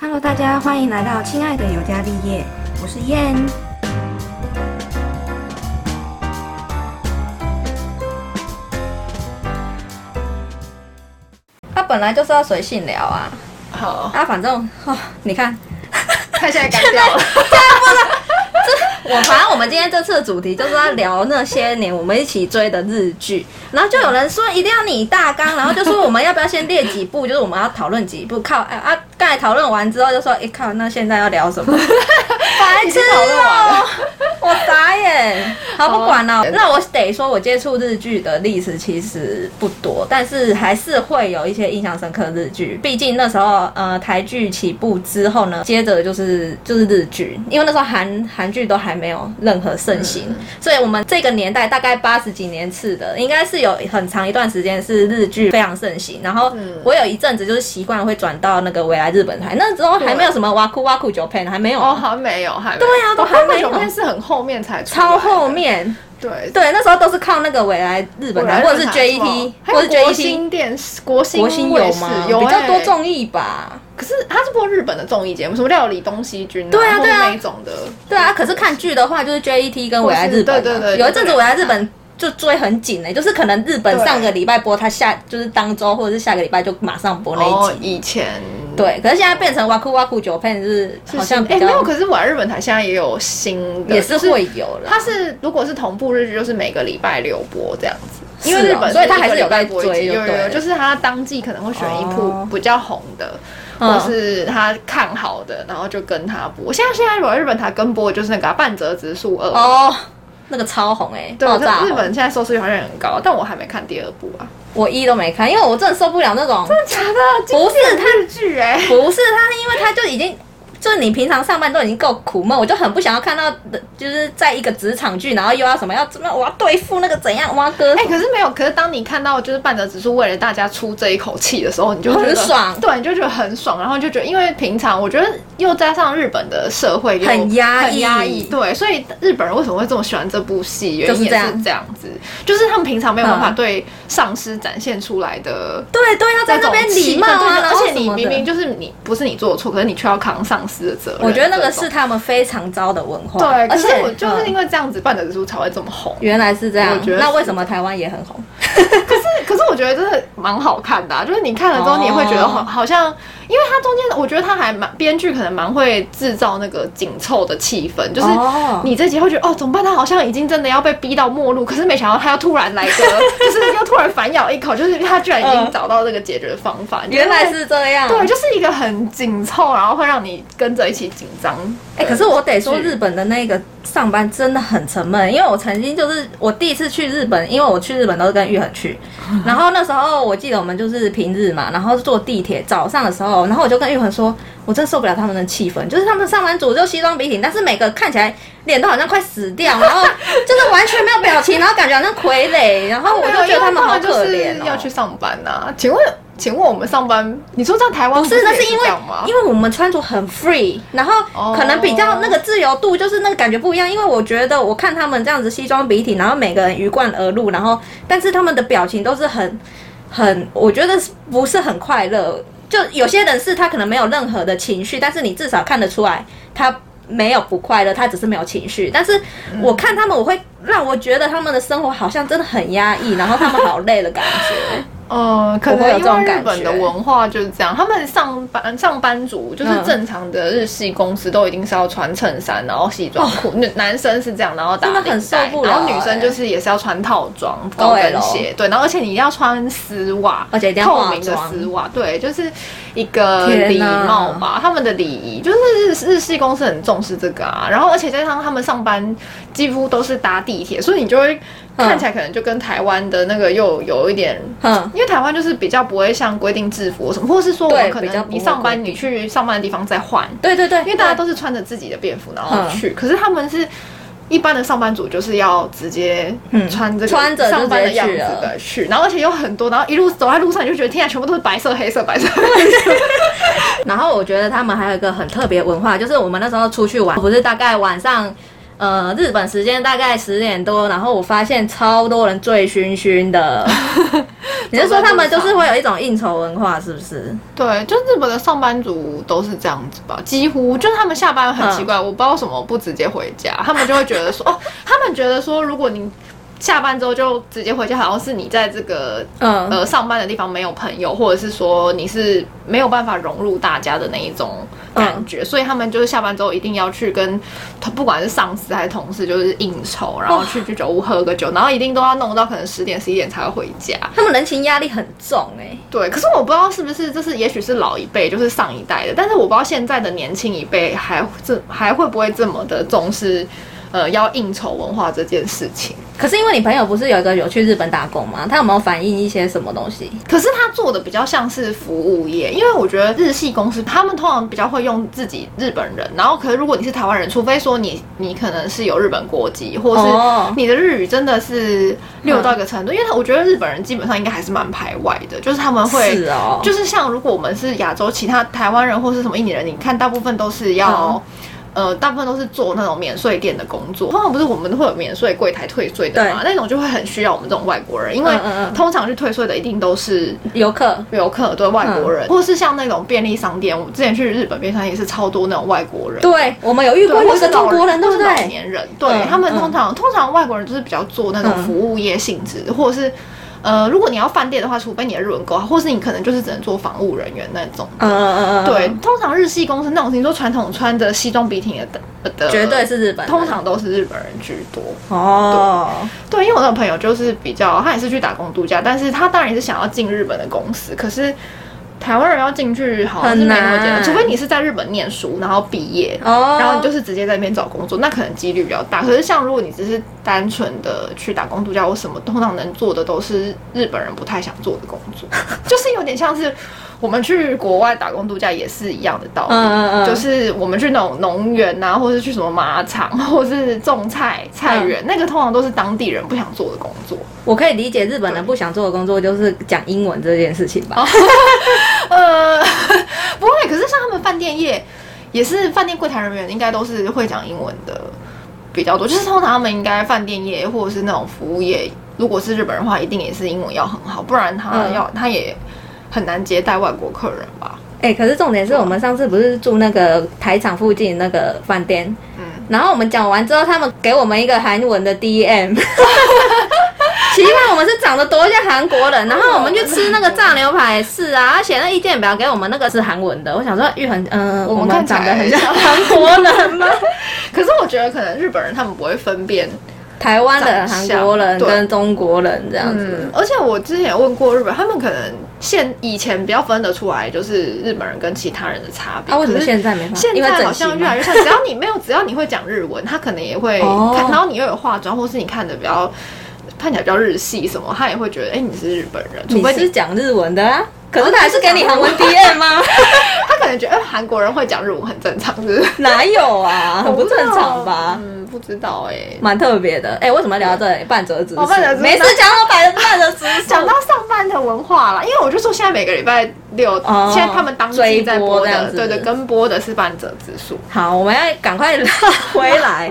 Hello，大家欢迎来到《亲爱的尤加利叶》，我是燕。他本来就是要随性聊啊， 好，啊，反正哦，你看，他现在改 掉了。我反正我们今天这次的主题就是要聊那些年我们一起追的日剧，然后就有人说一定要拟大纲，然后就说我们要不要先列几部，就是我们要讨论几部。靠啊啊！刚才讨论完之后就说，哎、靠，那现在要聊什么？白痴讨论完哦、了我傻眼。好，好不管了、对那我得说，我接触日剧的历史其实不多，但是还是会有一些印象深刻的日剧。毕竟那时候，呃，台剧起步之后呢，接着就是就是日剧，因为那时候韩韩剧都还没有任何盛行，嗯所以我们这个年代大概八十几年次的，应该是有很长一段时间是日剧非常盛行。然后嗯我有一阵子就是习惯会转到那个未来日本台，那时候还没有什么哇酷哇酷 Japan，还没有哦，还没有，还没有对啊都还没有我看那种片是很后面才出来的超后。面。对，对，那时候都是靠那个未来日本台，或者是 JET，还或者有是国 JET。新电视、国新国新卫有视吗？有比较欸多。综艺吧。可是它是播日本的综艺节目，什么料理东西君对啊或对啊那一种的。对啊，可是看剧的话，就是 JET 跟未来日本啊。或是对对对有一阵子未来日本就追很紧呢、欸就是可能日本对上个礼拜播，它下就是当周或者是下个礼拜就马上播那一哦集。，以前对，可是现在变成哇酷哇酷九片，就是是好像新比哎没有，较可是我来日本台现在也有新的，也是就会有了。它是如果是同步日剧，就是每个礼拜六播这样子，是因为日本、哦所以它还是有在追有就有对了有，就是它当季可能会选一部哦比较红的，嗯或是他看好的，然后就跟他播。像现在我在日本台跟播的就是那个啊、半泽直树二》哦，那个超红哎、对，啊爆炸日红本现在收视率好像也很高，但我还没看第二部啊。我一都没看，因为我真的受不了那种。假的？不是经典日剧哎、不是他，因为他就已经，就是你平常上班都已经够苦闷，我就很不想要看到的，就是在一个职场剧，然后又要什么要怎么样，我要对付那个怎样挖哥，哎、可是没有，可是当你看到就是半泽直树为了大家出这一口气的时候，你就觉得很爽对，你就觉得很爽，然后就觉得，因为平常我觉得又加上日本的社会又很压抑很压抑，对，所以日本人为什么会这么喜欢这部戏，原就是因也这样是这样子，就是他们平常没有办法嗯对上司展现出来的。对对，要在那那种边气礼氛貌对啊，对然而后且什你么明的。明就是你不是你做错，可是你却要扛上司的责任。我觉得那个这种是他们非常糟的文化，对，而可是且我就是因嗯为这样子，半泽直树才会这么红。原来是这样我觉，得那是为什么台湾也很红？可是，可是我觉得真的蛮好看的、啊，就是你看了之后，你也会觉得好，哦好像，因为它中间，我觉得它还蛮编剧可能蛮会制造那个紧凑的气氛，就是哦你这集会觉得哦，怎么办？他好像已经真的要被逼到末路，可是没想到他要突然来个， 就是要突然反咬一口，就是他居然已嗯经找到这个解决的方法。你就原来会是这样，对，就是一个很紧凑，然后会让你跟着一起紧张。哎、可是我得说，是日本的那个上班真的很沉闷，因为我曾经就是我第一次去日本，因为我去日本都是跟玉恒去，然后那时候我记得我们就是平日嘛，然后坐地铁早上的时候，然后我就跟玉恒说，我真受不了他们的气氛，就是他们上班族就西装笔挺，但是每个看起来脸都好像快死掉，然后就是完全没有表情，然后感觉好像傀儡，然后我就觉得他们好可啊怜因为他们就是要哦去。上班呐、请问，请问我们上班，你说在台湾不是，那哦也是因这为样吗因为我们穿着很 free，然后哦可能比较那个自由度就是那个感觉不一样。因为我觉得我看他们这样子西装笔挺，然后每个人鱼贯而入，然后但是他们的表情都是很很，我觉得是不是很快乐。就有些人是他可能没有任何的情绪，但是你至少看得出来他没有不快乐，他只是没有情绪。但是我看他们，我会让我觉得他们的生活好像真的很压抑，然后他们好累的感觉。 呃，可我会有这能因种为日感本的觉文化就是这样，他们上班上班族就是嗯正常的日系公司都一定是要穿衬衫，然后西装裤，女男生是这样，然后打哦真的很领受带不然了后女欸生就是也是要穿套装、高跟 OL 鞋，对，然后而且你一定要穿丝袜，而且一定要透化明的妆丝袜，对，就是一个天礼哪貌吧，他们的礼仪就是日日系公司很重视这个啊，然后而且加上他们上班几乎都是搭地铁，所以你就会嗯看起来可能就跟台湾的那个又有一点。哼，因为台湾就是比较不会像规定制服什么，或者是说我对们可比较能不会你上规班你去上班的地方 再换，对对对，因因为大家都是穿着自己的便服然后嗯去，可是他们是。一般的上班族就是要直接嗯穿这个穿着就上班的直接样去子了的去，然后而且有很多，然后一路走在路上你就觉得天啊，全部都是白色、黑色、白色、黑色。然后我觉得他们还有一个很特别文化，就是我们那时候出去玩，不是大概晚上。呃日本时间大概十点多，然后我发现超多人醉醺醺 的。你是说他们就是会有一种应酬文化，是不是？对，就日本的上班族都是这样子吧，几乎就是他们下班很奇怪，嗯我不知道为什么不直接回家， 他们就会觉得说，哦，他们觉得说，如果你下班之后就直接回家，好像是你在这个嗯呃上班的地方没有朋友，或者是说你是没有办法融入大家的那一种感觉，所以他们就是下班之后一定要去跟同不管是上司还是同事，就是应酬，然后去居酒屋喝个酒，然后一定都要弄到可能十点十一点才会回家。他们人情压力很重哎、对，可是我不知道是不是，这是也许是老一辈，就是上一代的，但是我不知道现在的年轻一辈还这还会不会这么的重视，呃，要应酬文化这件事情。可是因为你朋友不是有一个有去日本打工吗？他有没有反映一些什么东西？可是他做的比较像是服务业，因为我觉得日系公司他们通常比较会用自己日本人，然后可是如果你是台湾人，除非说你你可能是有日本国籍，或哦嗯是你的日语真的是溜到一个程度，因为他我觉得日本人基本上应该还是蛮排外的，就是他们会是哦，就是像如果我们是亚洲其他台湾人或是什么印尼人，你看大部分都是要。呃，大部分都是做那种免税店的工作，通常不是我们会有免税柜台退税的嘛？那种就会很需要我们这种外国人，因为嗯嗯嗯通常去退税的一定都是游客游客，对外国人，或是像那种便利商店，我之前去日本便利商店也是超多那种外国人，对，我们有遇过对，有或一个是中老国人，对或不是老对？年人，对、嗯他们嗯通常、通常外国人就是比较做那种嗯服务业性质，或者是呃，如果你要饭店的话，除非你的日文够好，或是你可能就是只能做房务人员那种。嗯嗯嗯嗯，对，，通常日系公司那种，你说传统穿着西装笔挺的的的，绝对是日本人通常都是日本人居多。哦，对，因为我那个朋友就是比较，他也是去打工度假，但是他当然也是想要进日本的公司，可是台湾人要进去好像是没那么很简难单，除非你是在日本念书，然后毕业，哦然后你就是直接在那边找工作，那可能几率比较大。可是像如果你只是单纯的去打工度假或什么，通常能做的都是日本人不太想做的工 作，就是有点像是我们去国外打工度假也是一样的道理，嗯嗯嗯就是我们去那种农园啊，或是去什么马场，或是种菜菜嗯园，那个通常都是当地人不想做的工作。我可以理解日本人不想做的工作就是讲英文这件事情哦吧。呃， 不会，可是像他们饭店业，也是饭店柜台人员应该都是会讲英文的比较多，就是通常他们应该饭店业或者是那种服务业，如果是日本人的话，一定也是英文要很好，不然他嗯要、他也很难接待外国客人吧。 哎、可是重点哦是我们上次不是住那个台场附近那个饭店，嗯然后我们讲完之后，他们给我们一个韩文的 DM。奇怪，我们是长得多像韩国人，然后我们去吃那个炸牛排是啊，他写那意见表给我们那个是韩文的，我想说玉恒，嗯、我我们们看起来长得很像像韩国人吗？可是我觉得可能日本人他们不会分辨 台湾的韩国人对跟中国人这样子，嗯，而且我之前也问过日本，他们可能现以前比较分得出来，就是日本人跟其他人的差别。啊，为什么可是现在没办法？现因为在好整形吗像越来越像，只要你没有，只要你会讲日文，他可能也会哦看，然后你又有化妆，或是你看的比较看起来比较日系什么，他也会觉得，哎、你是日本人，除你非你是讲日文的啊，可是他还是给你韩文啊 DM 吗？他可能觉得，哎、韩国人会讲日文很正常，是不是？ 哪有 啊，很我不知道正常吧？嗯，不知道哎、蛮特别的，哎、为什么聊到这里？半折直哦半折直视，没视事讲我半半折直视，讲到上班的文化啦，因为我就说现在每个礼拜六，哦现在他们当追季播在播这样的，子对对，跟播的是半折指数。好，我们要赶快拉回来。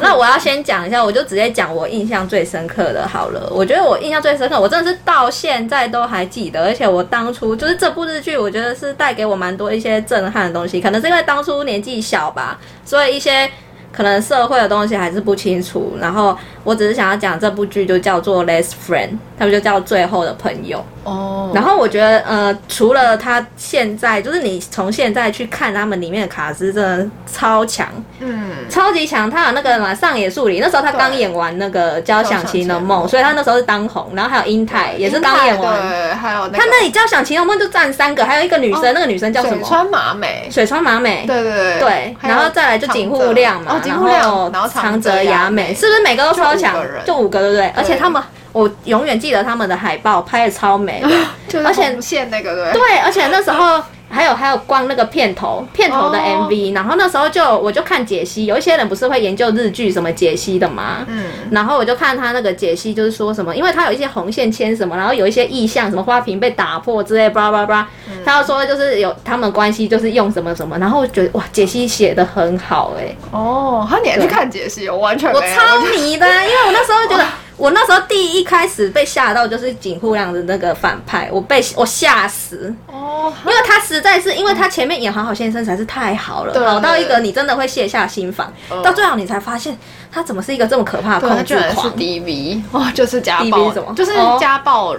那我要先讲一下，我就直接讲我印象最深刻的好了。我觉得我印象最深刻，我真的是到现在都还记得，而且我当初就是这部日剧，我觉得是带给我蛮多一些震撼的东西。可能是因为当初年纪小吧，所以一些可能社会的东西还是不清楚。然后我只是想要讲这部剧就叫做《Last Friend》，他们就叫《最后的朋友》。哦然后我觉得，呃，除了他现在，就是你从现在去看他们里面的卡斯，真的超强，嗯，超级强。他有那个嘛上野树里，那时候他刚对演完那个《交响情交响的情梦》，所以他那时候是当红。然后还有英泰也是刚演完，对，还有那他个那里《交响情的梦》就占三个，还有一个女生，哦那个女生叫什水么？川麻美，水川麻美。对对对，还有然后再来就井户亮嘛，长泽哦，井户亮，然然后后长泽泽雅美，美，是不是每个都超强就五个？人就五个，对不对？而且他们，我永远记得他们的海报拍的超美的，就是而且红线那个对不对，对，而且那时候还有还有逛那个片头片头的哦 MV，、然后那时候就我就看解析，有一些人不是会研究日剧什么解析的嘛，嗯，然后我就看他那个解析，就是说什么，因为他有一些红线牵什么，然后有一些意象，什么花瓶被打破之类，巴拉巴拉，嗯他要说就是有他们关系就是用什么什么，然后我觉得哇，解析写的很好哎、哦，他你还去看解析，我完全我没有超就迷 的啊、因为我那时候觉得，我那时候第一开始被吓到就是井户亮的那个反派，我被我吓死，哦，因为他实在是，因为他前面演好好先生实在是太好了，对好到一个你真的会卸下心防，嗯到最后你才发现他怎么是一个这么可怕的对，啊他控居制然是狂。 DV，哦，就是家 DV 暴，是什么就是哦家暴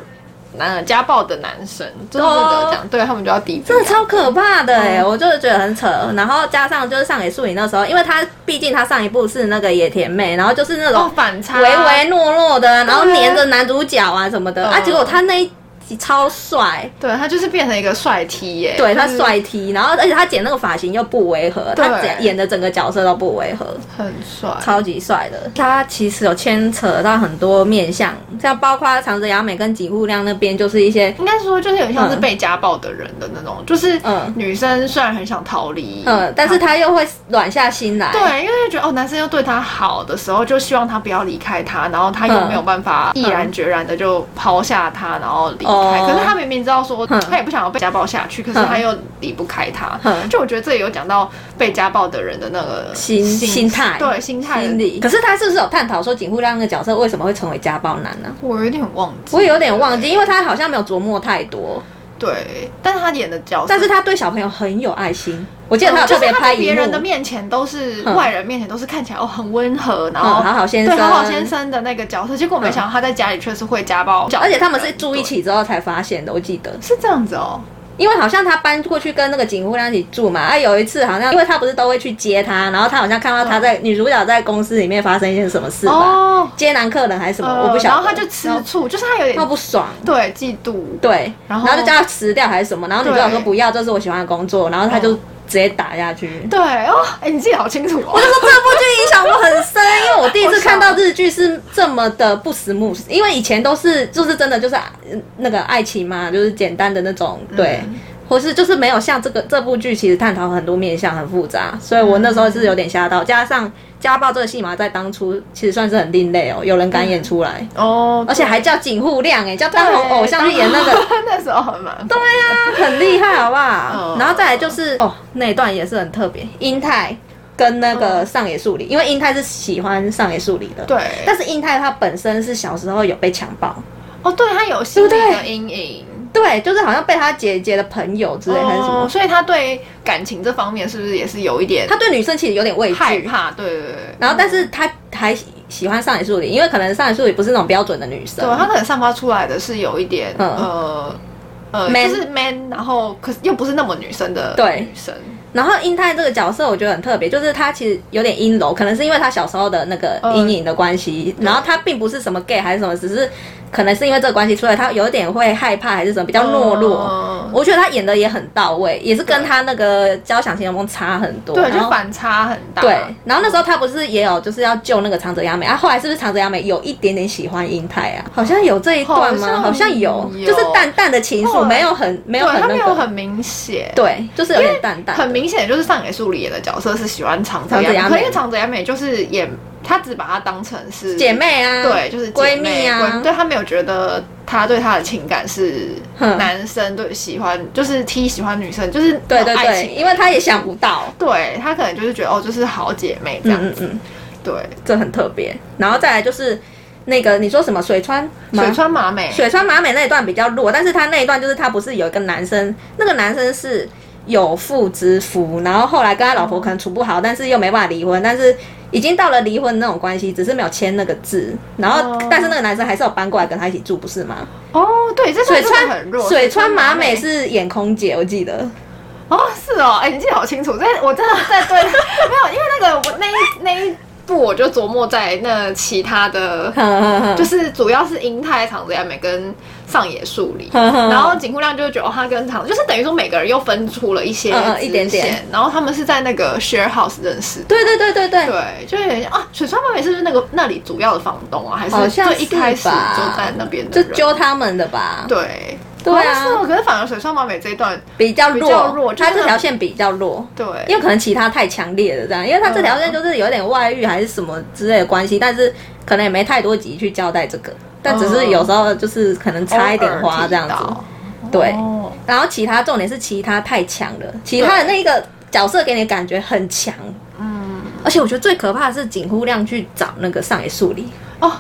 男、家暴的男生，就是哦这样，对他们就要 DV，真的啊超可怕的哎、嗯我就是觉得很扯，然后加上就是上野树里那时候，因为他毕竟他上一部是那个野田妹，然后就是那种哦反差，唯唯诺诺的啊，然后黏着男主角啊什么的，嗯啊，结果他那一集超帅，对他就是变成一个帅 T 耶，对他就是帅 T，然后而且他剪那个发型又不违和，他嗯对剪演的整个角色都不违和，很帅，超级帅的。他其实有牵扯到很多面向，像包括长泽雅美跟井户亮那边，就是一些应该说就是有点像是嗯被家暴的人的那种，就是嗯女生虽然很想逃离，嗯，但是她他又会软下心来，对，因为觉得哦，男生又对她好的时候，就希望她不要离开他，然后她又嗯没有办法毅然决然的就抛下他，然后离哦开。可是她明明知道说嗯她也不想要被家暴下去，可是嗯她又离不开他。嗯就我觉得这里有讲到被家暴的人的那个心心态对心态心的理。可是他是不是有探讨说井户亮那个角色为什么会成为家暴男呢、我有点忘记，我有点忘记，因为他好像没有琢磨太多，对，但是他演的角色，但是他对小朋友很有爱心。我记得嗯他有就特是别在拍一别人的幕，面前都是、嗯外人面前都是看起来哦很温和，然嗯，后、好好先对生，好好先生的那个角色，结果没想到他在家里却是会家暴，而且他们是住一对，起之后才发现的，我记得。是这样子哦。因为好像他搬过去跟那个警护亮一起住嘛，啊，有一次好像因为他不是都会去接他，然后他好像看到他在、女主角在公司里面发生一些什么事吧，嗯哦，接男客人还是什么，呃我不晓得。然后他就吃然后醋，就是他有他点不爽，对嫉妒，对，然然后后就叫他辞掉还是什么，然后女主角说不要，这是我喜欢的工作，然后他就嗯直接打下去。对哦，哎，你记得好清楚哦我就。说这部剧影响我很深，因为我第一次看到日剧是这么的不实木，因为以前都是就是真的就是嗯那个爱情嘛，就是简单的那种对，或是就是没有像这个这部剧其实探讨很多面向很复杂，所以我那时候是有点吓到，加上家暴这个戏码在当初其实算是很另类哦，有人敢演出来，哦，而且还叫井户亮哎、叫当对红偶像去演那个。， 那时候很蛮对，很厉害，好不嗯好？然后再来就是哦，那一段也是很特别，英泰跟那个上野树里，因为英泰是喜欢上野树里的，。哦对，但是英泰他本身是小时候有被强暴，哦，对他有心理对不的对阴影。对，就是好像被他姐姐的朋友之类还是什哦么，所以他对感情这方面是不是也是有一点他对女生其实有点畏害惧，怕？对对对。然后但是他还喜喜欢上野树里，因为可能上野树里不是那种标准的女生对，，他可能散发出来的是有一点、嗯呃呃 Man 就是 man，然后可是又不是那么女生的对女生，然后英泰这个角色我觉得很特别，就是他其实有点阴柔，可能是因为他小时候的那个嗯阴影的关系。然后他并不是什么 gay 还是什么，只是可能是因为这个关系出来，他有点会害怕还是什么，比较懦弱。嗯我觉得他演的也很到位，也是跟他那个《交响情人梦》差很多。对，然就后反差很大。对，然后那时候他不是也有就是要救那个长泽雅美啊？后来是不是长泽雅美有一点点喜欢英泰啊？好像有这一段吗？好好像像有，有就是淡淡的情后愫，来没有很没对，有很他没那有个，很明显。对，就是有点淡淡的。很明显，就是上野树里演的角色是喜欢长泽长泽雅雅美，可美因为长泽雅美就是也，她只把她当成是姐，妹啊，对，就是姐闺妹蜜啊闺对她没有觉得她对她的情感是哼男生对喜欢，就是 T 喜欢女生，就是对对那种爱对，情因为他也想不到，对她可能就是觉得哦，就是好姐妹这嗯样嗯嗯，对，这很特别。然后再来就是那个你说什么水川吗水川麻美，水川麻美那一段比较弱，但是他那一段就是他不是有一个男生，那个男生是有妇之夫，然后后来跟他老婆可能处不好，但是又没办法离婚，但是已经到了离婚那种关系，只是没有签那个字。然后、哦但是那个男生还是有搬过来跟他一起住，不是吗？哦，对，这段水真的川很弱。水川麻美是演空姐，我记得。哦，是哦，哎、你记得好清楚，这我真的在对， 没有，因为那个我那一那一部我就琢磨在那其他 的，就是是主要是英泰长泽雅美跟上野树 里。然然后井户亮就会觉得哦，他跟长就是等于说每个人又分出了一些嗯嗯一点支线点，然后他们是在那个 share house 认识 的，对对对对对，对，就有点像啊，水川妈美是不是那个那里主要的房东啊？还好是像就一开始是吧就在那边的就人揪他们的吧。对，对好像是啊，哦可是反而水上马美这一段，比较弱，比较弱就是它这那条线比较弱。对，因为可能其他太强烈了，这样，因为它这条线就是有点外遇还是什么之类的关系，但是可能也没太多集去交代这个，但只是有时候就是可能插一点花这样子，子对。哦然后其他重点是其他太强了，其他的那个角色给你的感觉很强，嗯，而且我觉得最可怕的是井户亮去找那个上野树里，哦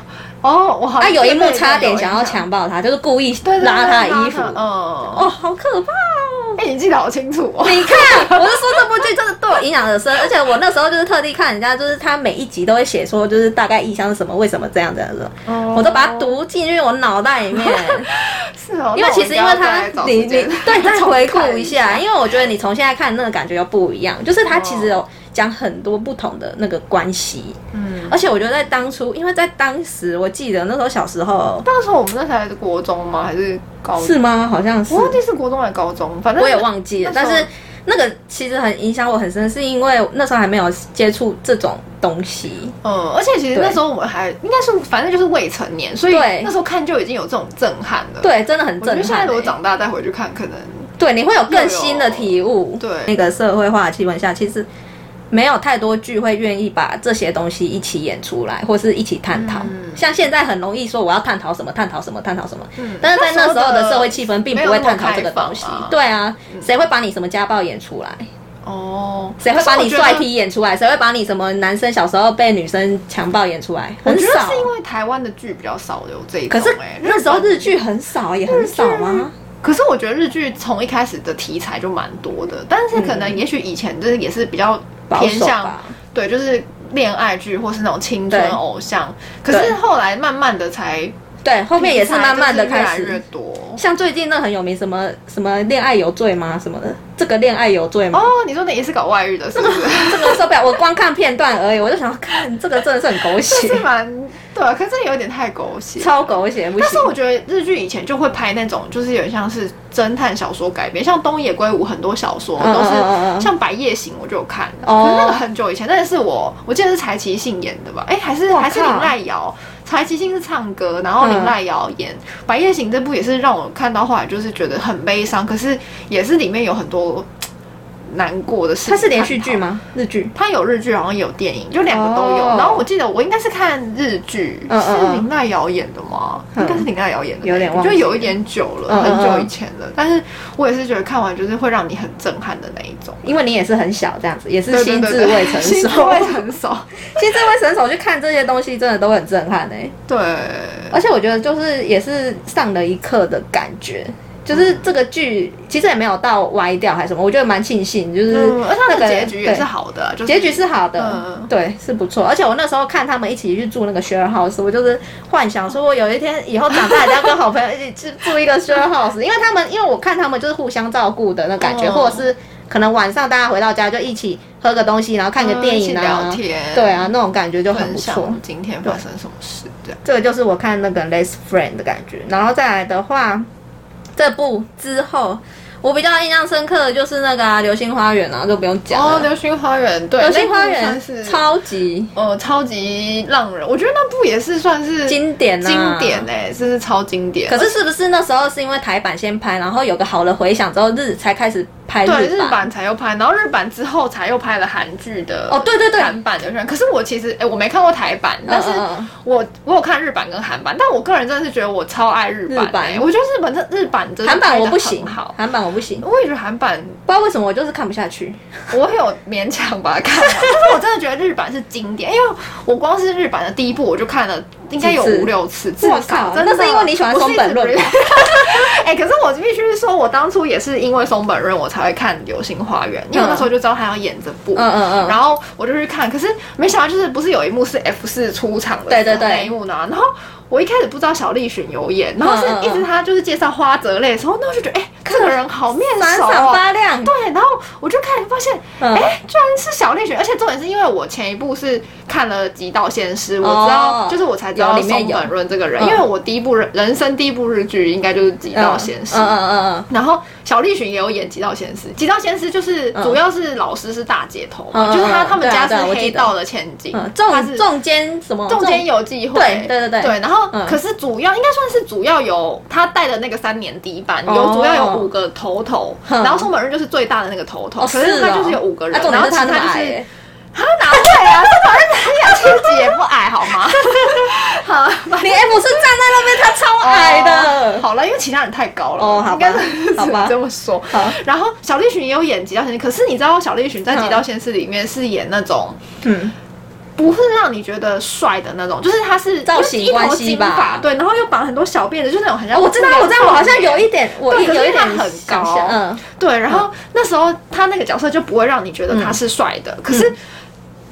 哦，我好他像啊有一幕对差点想要有印象强暴他，就是故意对对拉他的对衣拉服，他嗯，哦，好可怕哦！哎，你记得好清楚哦，你看，我是说这部剧真的对我影响很深，而且我那时候就是特地看人家，就是他每一集都会写说，就是大概意象是什么，为什么这样这样子，我都把它读进去我脑袋里面。哦是哦，因为其实因为它，你你对 再回顾一下，哎因为为我觉得你从现在看那个感觉又不一样，就是它其实有讲很多不同的那个关系，嗯，而且我觉得在当初，因为在当时我记得那时候小时候当时我们那才国中吗？还是高？是吗？好像是我，忘记是国中还是高中，反正我也忘记了，嗯那但时候是。那个其实很影响我很深，是因为那时候还没有接触这种东西，嗯，而且其实对那时候我们还应该是反正就是未成年，所以对那时候看就已经有这种震撼了。，对，真的很我觉震得现在撼、如果欸。长大再回去看，可能对，你会有更新的体悟。对那个社会化的气氛下，其实没有太多剧会愿意把这些东西一起演出来，或是一起探讨。嗯像现在很容易说我要探讨什么，探讨什么，探讨什么。嗯但是在那时候的社会气氛，并不会探讨这没个有那么东西开放啊。对啊，谁会把你什么家暴演出来？哦，谁会把你帅可是踢演出来？谁会把你什么男生小时候被女生强暴演出来？我很觉得？我觉少啊得。是因为台湾的剧比较少有这一可种、是哎那时候日本剧很少，啊也很少吗？可是我觉得日剧从一开始的题材就蛮多的，但是可能也许以前就是也是比较保偏守向吧。对，就是恋爱剧或是那种青对春偶像。可对是后来慢慢的才对，后面也是慢慢的开题材就是越来越始。多。像最近那很有名什么什么恋爱有罪吗？什么的，这个恋爱有罪吗？哦，你说你也是搞外遇的，是不是？这个受不了，我光看片段而已，我就想要看这个真的 是很狗这 是血，蛮对啊，可是这有点太狗血。超狗血，不但是行。我觉得日剧以前就会拍那种，就是有点像是侦探小说改编，像东野圭吾很多小说嗯都是嗯嗯嗯像《百叶行》，我就有看，哦可是那个很久以前，那是我我记得是柴崎幸演的吧？哎，还是我靠还是林濑遥，柴崎幸是唱歌，然后林嗯濑遥演《百叶行》这部也是让我看到后来就是觉得很悲伤，可是也是里面有很多难过的事。它是连续剧？吗？日剧？它有日剧，好像也有电影，就两个都有。哦然后我记得我应该是看日剧，嗯嗯嗯是林奈瑶演的吗？嗯应该是林奈瑶演的，有点忘就记有一点久了，嗯嗯嗯很久以前了。但是我也是觉得看完就是会让你很震撼的那一种，因为你也是很小这样子，也是对对心对智对未成熟， 心智未成 熟，心智未成熟去看这些东西，真的都很震撼哎、对，而且我觉得就是也是上了一课的感觉。嗯就是这个剧其实也没有到歪掉还是什么，我觉得蛮庆幸，就是、嗯，而且它那的个结局也对是好的，啊就是结局是好的，嗯对，是不错。而且我那时候看他们一起去住那个 share house，我就是幻想说，我有一天以后长大，一定要跟好朋友一起去住一个 share house，因为他们，因为我看他们就是互相照顾的那感觉，哦或者是可能晚上大家回到家就一起喝个东西，然后看个嗯电一起影啊，聊天对啊，那种感觉就很分不错享。今天发生什么事这样。这个就是我看那个《Less Friend》的感觉。然后再来的话，这部之后我比较印象深刻的就是那个、啊《流星花园》啊，就不用讲了。哦，《流星花园》对，流星花那部园算是超级呃超级让人，我觉得那部也是算是经典、啊，经典哎、真是超经典。可是是不是那时候是因为台版先拍，然后有个好的回响之后，日才开始拍对，日日版？版才又拍，然后日版之后才又拍了韩剧的哦对对对韩版的宣传。可是我其实哎、我没看过台版，但是嗯嗯我我有看日版跟韩版，但我个人真的是觉得我超爱日版、日版哎我觉得日本这日版真的韩版我不拍行，得很好，韩版我不行，我也觉得韩版不知道为什么我就是看不下去。我有勉强把它看完， 但是我真的觉得日版是经典，因为我光是日版的第一部我就看了应该有几次五六次，至哇少靠真的。啊那是因为你喜欢松本润我是一直 哎、可是我必须说，我当初也是因为松本润我才会看《流星花园》，因为我那时候就知道他要演这部。嗯嗯嗯，然后我就去看，可是没想到就是不是有一幕是 F 四出场的对对对那一幕呢？然后我一开始不知道小栗旬有演，然后是嗯嗯嗯一直他就是介绍花泽类的时候，那我就觉得哎、这个人好面闪熟、闪哦。发亮。对，然后我就看发现，嗯哎、居然是小栗旬，而且重点是因为我前一部是看了《极道鲜师》，我知道、哦就是我才知道有里面松本有润这个人，嗯因为我第一部人人生第一部日剧应该就是《极道鲜师》嗯嗯嗯嗯，然后小栗旬也有演《极道先师》，《极道先师》就是嗯主要是老师是大姐头嗯嘛，嗯就是他嗯他们对啊家对啊是我记黑得道的前景嗯，，他中是中间什么中间有忌哦讳，对对对对对。然后，嗯可是主要应该算是主要有他带的那个三年底班，哦有主要有五个头头，哼然后松本润就是最大的那个头头，哦可是他哦就是有五个人啊、，重然点后是其他他那么矮就是欸他哪会啊？松本润很 养千姐也不矮好吗？好，你啊 F 是站在那边，他超矮的。哦好了，因为其他人太高了，哦好吧应该是好吧这么说。好，然后小栗旬也有演《极道先师》，可是你知道小栗旬在《极道先师》里面是演那种嗯，不是让你觉得帅的那种，就是他是造型一头关系金吧发对，然后又绑很多小辫子，就是那种很像、哦我知道，我知道，我好像有一点，我对可是有一点他很想高象嗯，对，然后那时候他那个角色就不会让你觉得他是帅的，可是。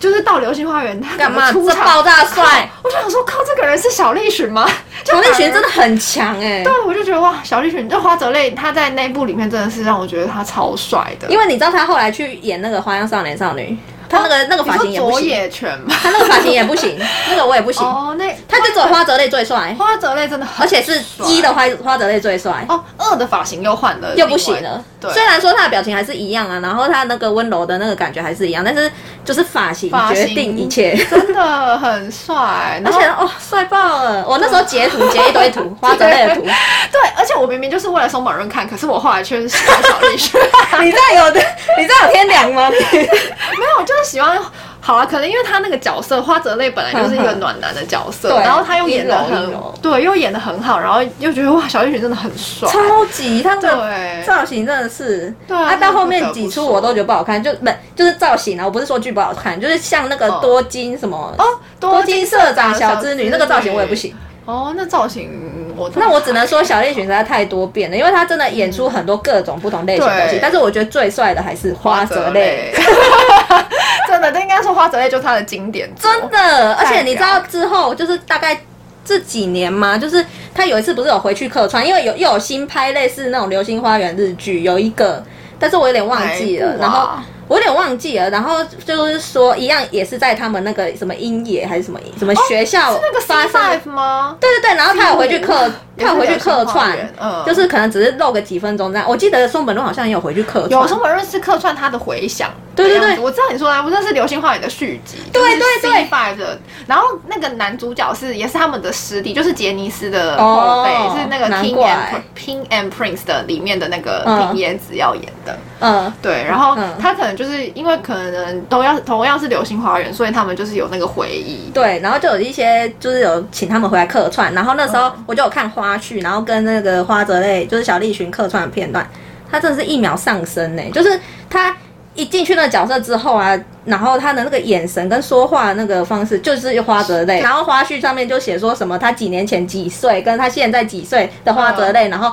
就是到《流星花园》，他嗯干嘛出这场爆炸帅？ 靠我就想说，靠，这个人是小栗 旬吗？就小栗反旬而真的很强哎、对，我就觉得哇，小栗旬这花泽类他在那部里面真的是让我觉得他超帅的，因为你知道他后来去演那个《花样少年少女》，他那个、那个哦你发说型也不佐行，野犬嘛，他那个发型也不 行，那个我也不行，哦，那他就只有花泽类最帅，花泽类真的很而且是帅一的花花泽类最帅。哦，二的发型又换了，又不行了。对，虽然说他的表情还是一样啊，然后他那个温柔的那个感觉还是一样，但是就是发型发决型定一切。真的很帅， 而然后且哦，帅爆了！我那时候截图截一堆 图，花泽类的图。对，而且我明明就是为了松本润看，可是我后来却是喜欢小栗旬，你这样有的，你这样有天良吗？ 没有，我就是喜欢。好了，可能因为他那个角色花泽类本来就是一个暖男的角色，对然后他又演的阴柔阴很柔对，又演的很好，然后又觉得哇，小栗旬真的很 帅，超级，他的对造型真的是，对啊到后面几出我都觉得不好看，就不就是造型啊，我不是说剧不好看，就是像那个哦多金什么哦，多金社长小织织女那个造型我也不行。哦，那造型我那我只能说小栗旬实在太多变了，因为他真的演出很多各种不同类型的东西对，但是我觉得最帅的还是花泽类。， 真的，这应该说花泽类就是他的经典作，真的，而且你知道哦代之后就是大概这几年嘛，就是他有一次不是有回去客串，因为有又有新拍类似那种《流星花园》日剧，有一个，但是我有点忘记了，哪一部啊然后。我有点忘记了，然后就是说一样也是在他们那个什么英野还是什么什么学校、哦是那个 C 发生的 Five 吗？对对对，然后他有回去客，也他是有回去客流星花串园，嗯就是可能只是露个几分钟这样。我记得松本润好像也有回去客串，有什么认识客串他的回响？对对对的样子我知道你说的，我那是《流星花园》的续集，对对对 f i 的。然后那个男主角是也是他们的师弟，就是杰尼斯的哦后辈，是那个难 King 怪 and Pink and Prince 的里面的那个嗯平野紫耀演的。嗯，对，然后嗯他可能就是因为可能都要同样是《流星花园》，所以他们就是有那个回忆。对，然后就有一些就是有请他们回来客串，然后那时候我就有看花絮，然后跟那个花泽类就是小栗旬客串的片段，他真的是一秒上升呢、就是他一进去那个角色之后啊，然后他的那个眼神跟说话的那个方式就是花泽类，然后花絮上面就写说什么他几年前几岁跟他现在几岁的花泽类，然后。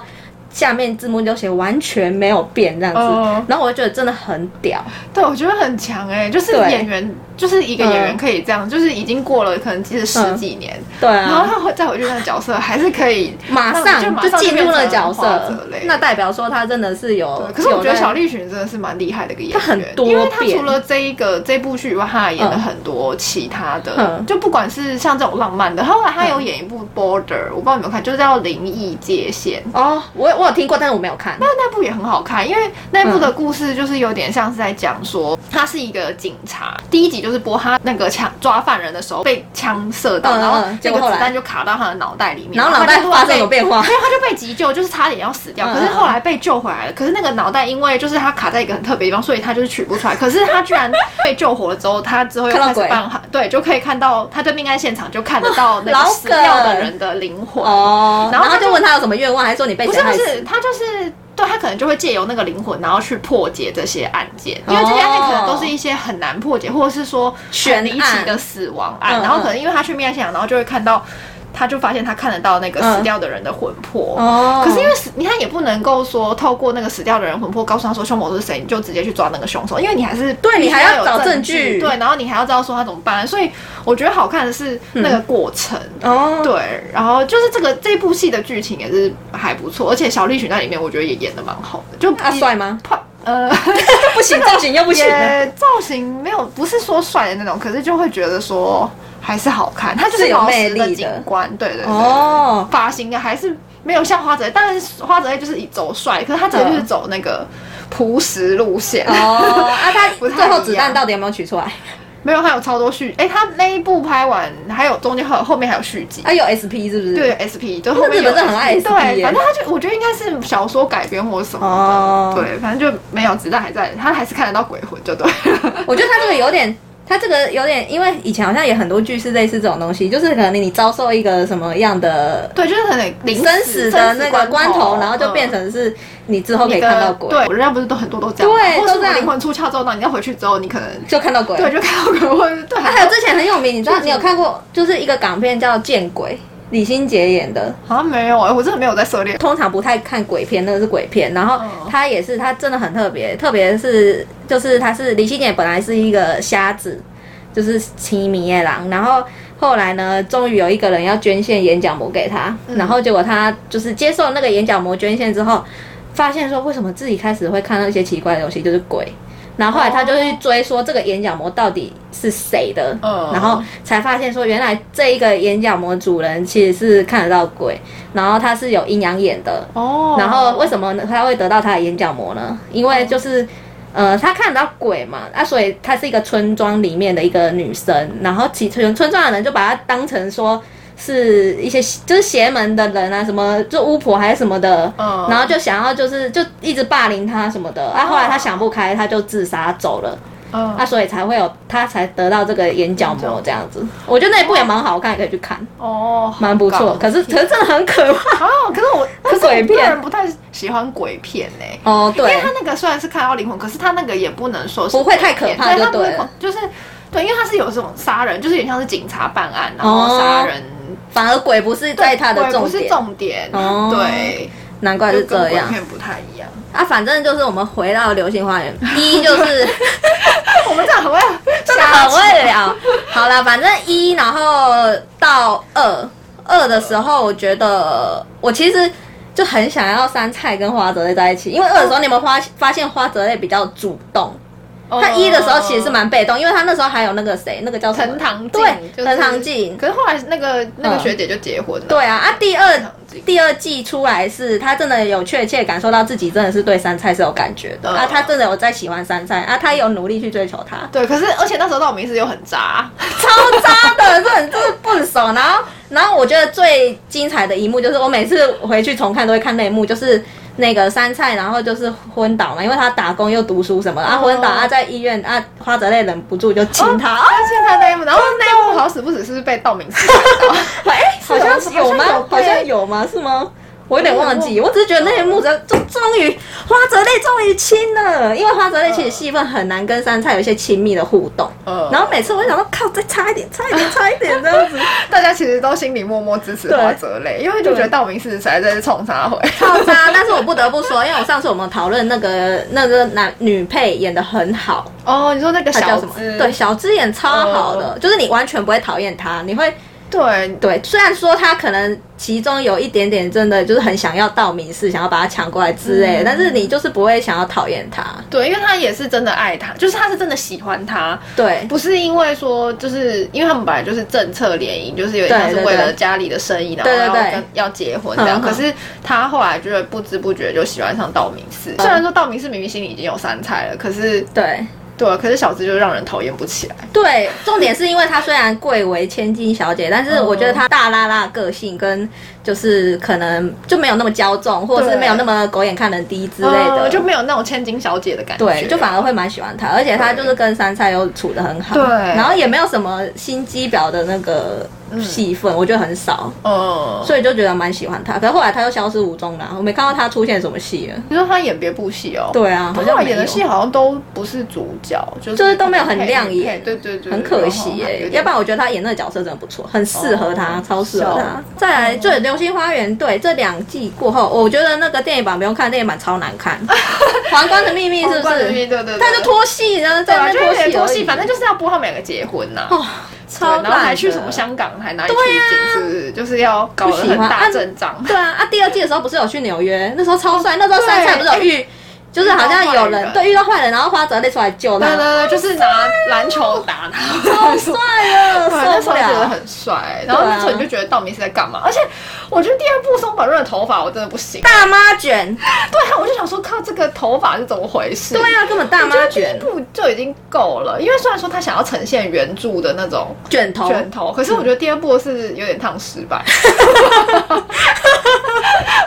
下面字幕就写完全没有变这样子嗯然后我就觉得真的很屌，对，我觉得很强哎、就是对演员，就是一个演员可以这样，就是已经过了可能即使十嗯几年，对然后啊，他会再回去那个角色，还是可以马那就上马就上进变入了成角花色泽类，那代表说他真的是有对，可是我觉有得在小栗旬真的是蛮厉害的一个演员，他很多因为他变除了这一个这部剧以外，他还演了嗯很多其他的，嗯就不管是像这种浪漫的，后来他有演一部《Border》，我不知道你有没有看，就是叫《灵异界限》。哦，我我有听过，但是我没有看。但那部也很好看，因为那部嗯的故事就是有点像是在讲说，他是一个警察。第一集就是播他那个抢抓犯人的时候被枪射嗯到，嗯嗯然后结那果个后来子弹就卡到他的脑袋里面，然后脑他袋就突发然生被有变化没，有，他就被急救，就是差点要死掉，嗯可是后来被救回来了。可是那个脑袋因为就是他卡在一个很特别的地方，所以他就是取不出来。可是他居然被救活了之后，他之后又看到开始鬼办案，对，就可以看到他在命案现场就看得到那老个死掉的梗人的灵魂。哦，然然后后他就就问他有什么愿望，还说你被不谁是不害死？是，他就是对他可能就会借由那个灵魂，然后去破解这些案件，哦因为这些案件可能都是一些很难破解，或者是说悬很离案奇的死亡嗯案，嗯然后可能因为他去面现场，然后就会看到。他就发现他看得到那个死掉的人的魂魄，哦可是因为死，你看也不能够说透过那个死掉的人魂魄告诉他说凶手是谁，你就直接去抓那个凶手，因为你还是对你还要要有找证据据，对，然后你还要知道说他怎么办，所以我觉得好看的是嗯那个过程，哦，对，然后就是这个这部戏的剧情也是还不错，而且小栗旬在里面我觉得也演的蛮好的，就啊帅 吗？怕呃，不行，造型又 不行了。也造型没有不是说帅的那种，可是就会觉得说还是好看，他就是是有老魅实的力警的官，对对对，哦发型还是。没有像花泽类，但是花泽类就是以走帅，可是他其实就是走那个朴实路线。嗯哦，啊，他 不太最后一子样弹到底有没有取出来？没有，他有超多续，哎、他那一部拍完，还有中间还有后面还有续集。啊，有 SP 是不是？对，SP，就后面日有本真的很爱 SP 对，耶反正他就我觉得应该是小说改编或什么的，哦对，反正就没有，子弹还在，他还是看得到鬼魂，就对了。 我觉得他这个有点，他这个有点，因为以前好像也很多剧是类似这种东西，就是可能你遭受一个什么样的对，就是很临生死的那个关头，然后就变。嗯成是你之后可你以的看到鬼，对，人家不是都很多都这样吗，对或者都这样灵魂出窍之后，那你要回去之后，你可能就看到鬼。对就看到鬼，或者是对，啊，还有之前很有名，你知道就是你有看过，就是一个港片叫《见鬼》，李心洁演的。好像没有哎、我真的没有在涉猎。通常不太看鬼片，那个是鬼片。然后嗯他也是，他真的很特别，特别是就是他是李心洁本来是一个瞎子，就是奇迷夜郎，然后。后来呢，终于有一个人要捐献眼角膜给他，然后结果他就是接受那个眼角膜捐献之后，发现说为什么自己开始会看到一些奇怪的东西，就是鬼。然后后来他就去追说这个眼角膜到底是谁的，嗯然后才发现说原来这一个眼角膜主人其实是看得到鬼，然后他是有阴阳眼的，哦然后为什么他会得到他的眼角膜呢？因为就是，呃，他看得到鬼嘛，啊，所以她是一个村庄里面的一个女生，然后其村村庄的人就把她当成说是一些就是邪门的人啊，什么就巫婆还是什么的，嗯然后就想要就是就一直霸凌她什么的，啊，后来她想不开，她就自杀走了，嗯啊，所以才会有她才得到这个眼角膜这样子。我觉得那一部也蛮好看，可以去看，哦，蛮不好错。搞可是可是真的很可 怕啊，可是我可是我鬼片个人不太喜欢鬼片哎、哦，因对为。他那个虽然是看到灵魂，可是他那个也不能说是不会太可怕对，就他不对会了就是对，因为他是有这种杀人，就是有点像是警察办案，然后杀人，反而鬼不是对在哦他的鬼重不是点，重点，哦对，难怪是就跟这鬼样片不太一样。啊。反正就是我们回到《流星花园》， 一就是我们这样很会真的瞎很会聊。好了，反正一，然后到二，二的时候，我觉得我其实就很想要杉菜跟花泽类在一起，因为二的时候你们发发现花泽类比较主动， 他一的时候其实是蛮被动，因为他那时候还有那个谁，那个叫什么藤呃堂静对，就是藤堂静，可是后来那个那个嗯学姐就结婚了，对啊，啊，第二场景第二季出来是他真的有确切感受到自己真的是对杉菜是有感觉的、嗯，啊，他真的有在喜欢杉菜啊，他有努力去追求他对，可是而且那时候道明寺又很渣，超渣的，这很就是笨手。然后，然后我觉得最精彩的一幕就是我每次回去重看都会看那一幕，就是。那个杉菜，然后就是昏倒嘛，因为他打工又读书什么的，啊哦昏倒啊在医院啊，花泽类忍不住就亲他，哦而且 他那一幕，然后那一幕好死不死是不是被道明寺打 到哎、好像是有吗好像有？好像对有吗？是吗？我有点忘记，我只是觉得那一幕就就终于花泽类终于亲了，因为花泽类其实戏份很难跟杉菜有一些亲密的互动，嗯然后每次我就想说靠，再差一点，差一点，差一点这样 子，大家其实都心里默默支持花泽类，因为就觉得道明寺实在是冲他回。超渣。但是我不得不说，因为我上次我们讨论那个那个男女配演的很好， 哦，你说那个他叫小什么？资，对，小资哦演超好的，就是你完全不会讨厌他，你会对对，虽然说他可能其中有一点点真的就是很想要道明寺，想要把他抢过来之嗯类的，但是你就是不会想要讨厌他。对，因为他也是真的爱他，就是他是真的喜欢他，对，不是因为说就是因为他们本来就是政策联姻，就是有点像对是对为了对家里的生意，然后对对要对跟要结婚这样。嗯嗯可是他后来就是不知不觉就喜欢上道明寺，虽然说道明寺明明心里已经有三菜了，可是对对，啊可是小资就让人讨厌不起来。对，重点是因为她虽然贵为千金小姐，但是我嗯觉得她大拉拉的个性跟就是可能就没有那么骄纵，或者是对没有那么狗眼看人低之类的，嗯就没有那种千金小姐的感觉。对，就反而会蛮喜欢她，而且她就是跟杉菜又处的很好，对然后也没有什么心机婊的那个戏份，我觉得很少。嗯，所以就觉得蛮喜欢他，可是后来他又消失无踪了，我没看到他出现什么戏了。你说他演别部戏哦，，对啊，好他后像来没演有的戏好像都不是主角，就是就是都没有很亮眼配对对对，很可惜耶、要不然然我觉得他演那个角色真的不错，很适合他，哦超适合是他哦。再来，就《流星花园》对这两季过后，哦我觉得那个电影版不用看，电影版超难 看，《皇冠的秘密》是不哦对是？对对，啊他就脱戏，然后对在啊，那就边有脱点戏而拖已，戏，反正就是要播他们两个结婚呐。哦，对超烂的然后还去什么香港，还哪里取对啊景，是不是？就是要搞不得喜很欢大啊阵仗。对啊，啊，第二季的时候不是有去纽约，那时候超帅，那时候杉菜不是有遇，就是好像有哎遇到坏人人对遇到坏人，然后花泽类出来救他，对对对，就是拿篮球打他， 好帅啊，对，那时受候不觉得了。啊很帅，然后那时候你就觉得道明寺在干嘛？而且我觉得第二部松本润的头发我真的不行，大妈卷，对啊，我就想说靠，这个头发是怎么回事？对啊，根本大我觉妈得第一卷，部就已经够了，因为虽然说他想要呈现原著的那种卷头，卷头，可是我觉得第二部是有点烫失 败。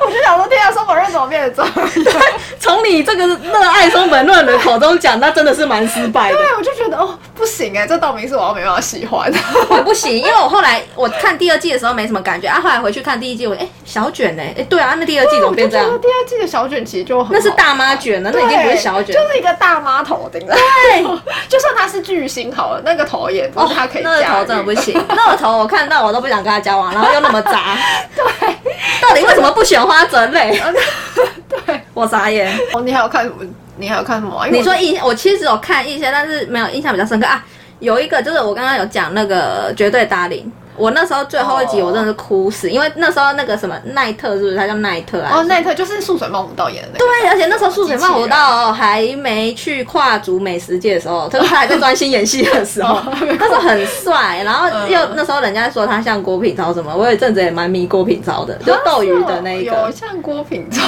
我就想说，天啊，松本润怎么变成这样？从你这个热爱松本润的口中讲，那真的是蛮失败的。 对，我就觉得哦，不行哎，这道明寺我要没办法喜欢。 我不行，因为我后来我看第二季的时候没什么感觉啊，后来回去看第一季，我哎、小卷呢、哎、对啊，那第二季怎么我就变这觉样得？第二季的小卷其实就很好那是大妈卷啊了，那对已经不是小卷就了。是一个大妈头顶的。对， 就算他是巨星好了，那个头也不哦是他可以那个驾驭头真的不行，那个头我看到我都不想跟他交往，然后又那么杂。 对，到底为什么不选花泽 类？对，我傻眼。哦，你还有看什么？你还有看什么啊？因为你我说印，我其实有看一些，但是没有印象比较深刻啊。有一个就是我刚刚有讲那个绝对达令，我那时候最后一集哦我真的是哭死，因为那时候那个什么奈特是不是他叫奈特啊？哦，那一特就是《素水梦舞蹈演的那个。对，而且那时候素水机漫器舞人到还没去跨足美食界的时候，就是他还在专心演戏的时候，那时候很帅，然后又、哦嗯那时候人家说他像郭品超什么，我有一阵子也蛮迷郭品超的，就斗鱼的那一哦啊有个，像郭 品超，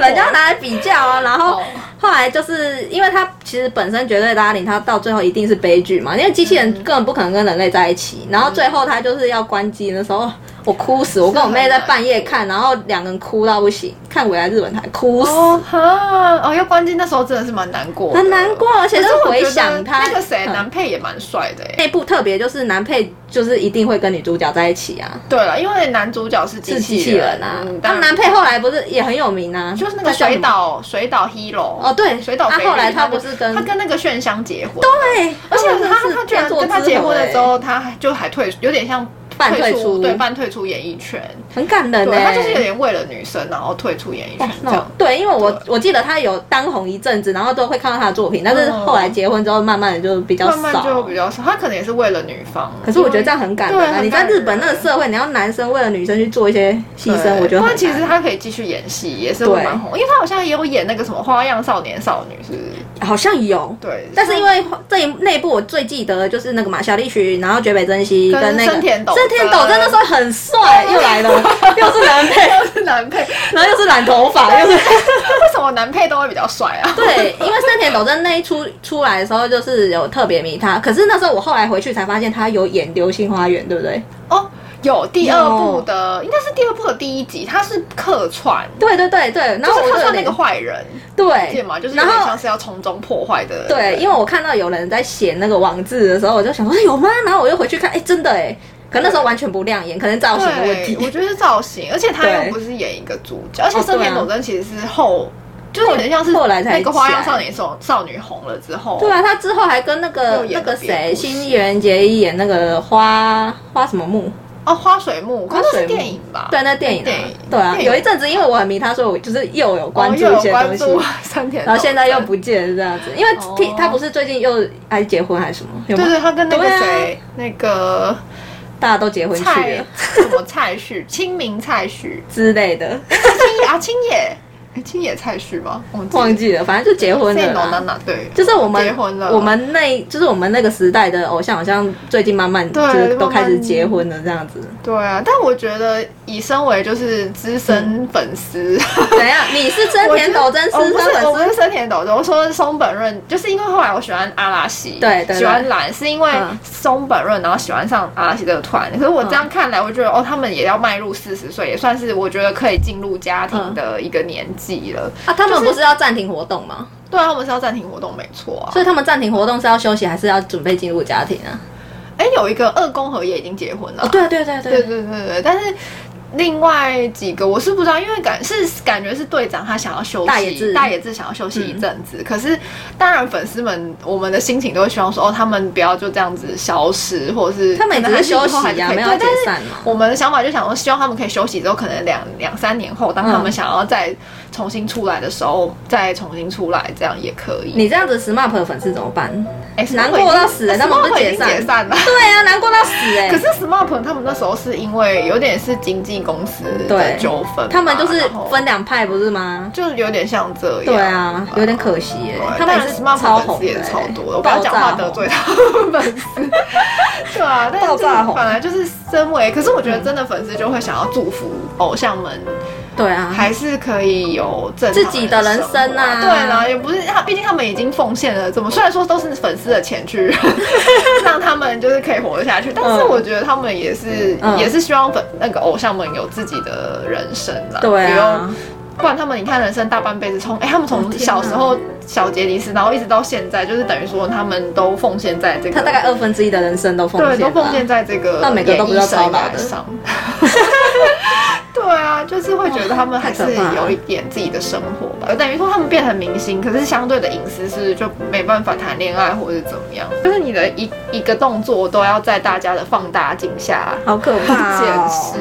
人家拿来比较啊，然后哦。后来就是因为他其实本身绝对拉领，他到最后一定是悲剧嘛，因为机器人根本不可能跟人类在一起。然嗯后最后他就是要关机的时候，我哭死，我跟我妹在半夜看，然后两个人哭到不行，看回来日本台哭死，哦哈哦，要关机那时候真的是蛮难过的，很难过，而且可就是我觉回得想他那个谁嗯男配也蛮帅的哎。那部特别就是男配就是一定会跟女主角在一起啊，对了，因为男主角是是机器器人啊嗯，他当们然男配后来不是也很有名啊，就是那个他叫水什么岛水岛哦 hero 对，水岛他肥力后来他就不是跟他跟那个炫香结婚，对，啊而且们他是他居然天作跟他之结合婚了欸之后，他还就还退，有点像半退出对，半退出演艺圈，很感人呢、欸对他就是有点为了女生然后退出演艺圈哦这那种样。对，因为我我记得他有当红一阵子，然后都会看到他的作品，但是嗯后来结婚之后，慢慢的就比较少。慢慢就比较少，他可能也是为了女方。可是我觉得这样很感人对啊！很你在感人日本那个社会，你要男生为了女生去做一些牺牲，对我觉得不很然其实难他可以继续演戏，也是会对蛮红，因为他好像也有演那个什么《花样少年少女》，是不是？好像有。对，但是因为这一那一部我最记得的就是那个嘛，小栗旬，然后绝北真希跟那个森田斗森田斗真真那时候很帅，又来 了，又是男配，是男配，然后又是染头发，又是为什么男配都会比较帅啊？ 对，因为森田斗真那一出出来的时候，就是有特别迷他。可是那时候我后来回去才发现，他有演《流星花园》，对不对？哦，有第二有部的，应该是第二部的第一集，他是客串，对对对对，然就后是我客就有串那点个坏人，对对嘛？就是有然点后像是要从中破坏的人。对，因为我看到有人在写那个网字的时候，我就想说哎有吗？然后我又回去看，哎、真的哎、可那时候完全不亮眼，可能造型的啊问对，我题。觉得是造型，而且他对又不是演一个主角，而且哦森田对啊斗真其实是后，就是有点像是后来才那个花样起来少年少少女红了之后，对啊，他之后还跟那又个那演个了别的谁，故事新垣结衣演那个花花什么木，哦，花水木，可花是那水是木电影吧？哦对，那电影啊哎电影，对啊，电影有一阵子因为我很迷他，所以我就是又有哦，关注又一有些东关西，注 三田斗真，然后现在又不见了这样子，因为哦听他不是最近又还结婚还是什么，有对吗？对，他跟那个对啊谁，那个大家都结婚去蔡了 什么蔡旭，清明蔡旭，之类的，清野啊清野，哎清野蔡旭吗？忘记了，反正就结婚了娜啦。娜对。就是我们结婚了我们那就是我们那个时代的偶像，好像最近慢慢就对是都慢慢开始结婚了这样子。 对啊，但我觉得以身为就是资深粉丝，怎样？你是真田斗真是哦我不真是我不粉丝？是森田斗真，我说松本润，就是因为后来我喜欢阿拉西，对对对喜欢蓝，是因为嗯松本润，然后喜欢上阿拉西这个团。可是我这样看来，我觉得哦，他们也要迈入四十岁，也算是我觉得可以进入家庭的一个年纪了。啊，他们不是要暂停活动吗？对啊，我们是要暂停活动，没错啊。所以他们暂停活动是要休息，还是要准备进入家庭啊？哎，有一个二宫和也已经结婚了哦，，对啊对啊对啊对对啊，对对对，但是。另外几个我是不知道，因为感是感觉是队长他想要休息，大野智嗯大野智想要休息一阵子。可是当然粉丝们我们的心情都会希望说，哦，他们不要就这样子消失，或者是他们也可只能是还休以后还息是呀、可以没有对解但是散嘛。我们的想法就想说，希望他们可以休息之后，可能两两三年后，当他们嗯想要再重新出来的时候，再重新出来，这样也可以。你这样子 SMAP 的粉丝怎么办？哎、哎、s 难过到死人他们不是解解散解散了。对啊，难过到死哎、可是 SMAP 他们那时候是因为有点是经纪公司的对纠纷嘛，他们就是然后分两派不是吗？就有点像这样。对啊，有点可惜哎、对。啊他们但也是 SMAP 超粉红丝的、也超欸，多的，我不爆要讲话炸得红。罪他们粉丝。 对啊，但是爆就是炸红本来就是身为，可是我觉得真的粉丝就会想要祝福偶像们，对啊，还是可以有正常自己的人生活啊对啦，也不是他，毕竟他们已经奉献了这么，虽然说都是粉丝的钱去 让他们就是可以活得下去，但是嗯我觉得他们也是、嗯也是希望粉那个偶像们有自己的人生啦，对不用啊，不然他们你看人生大半辈子从哎、他们从哦天哪小时候小杰尼斯，然后一直到现在，就是等于说他们都奉献在这个，他大概二分之一的人生都奉对献，都奉献。在这个那每个都不知道演艺生操劳涯的 上。对啊，就是会觉得他们还是太可怕了有一点自己的生活吧，等于说他们变成明星，可是相对的隐私是就没办法谈恋爱或者是怎么样，就是你的一一个动作都要在大家的放大镜下好可怕、 见哦！识，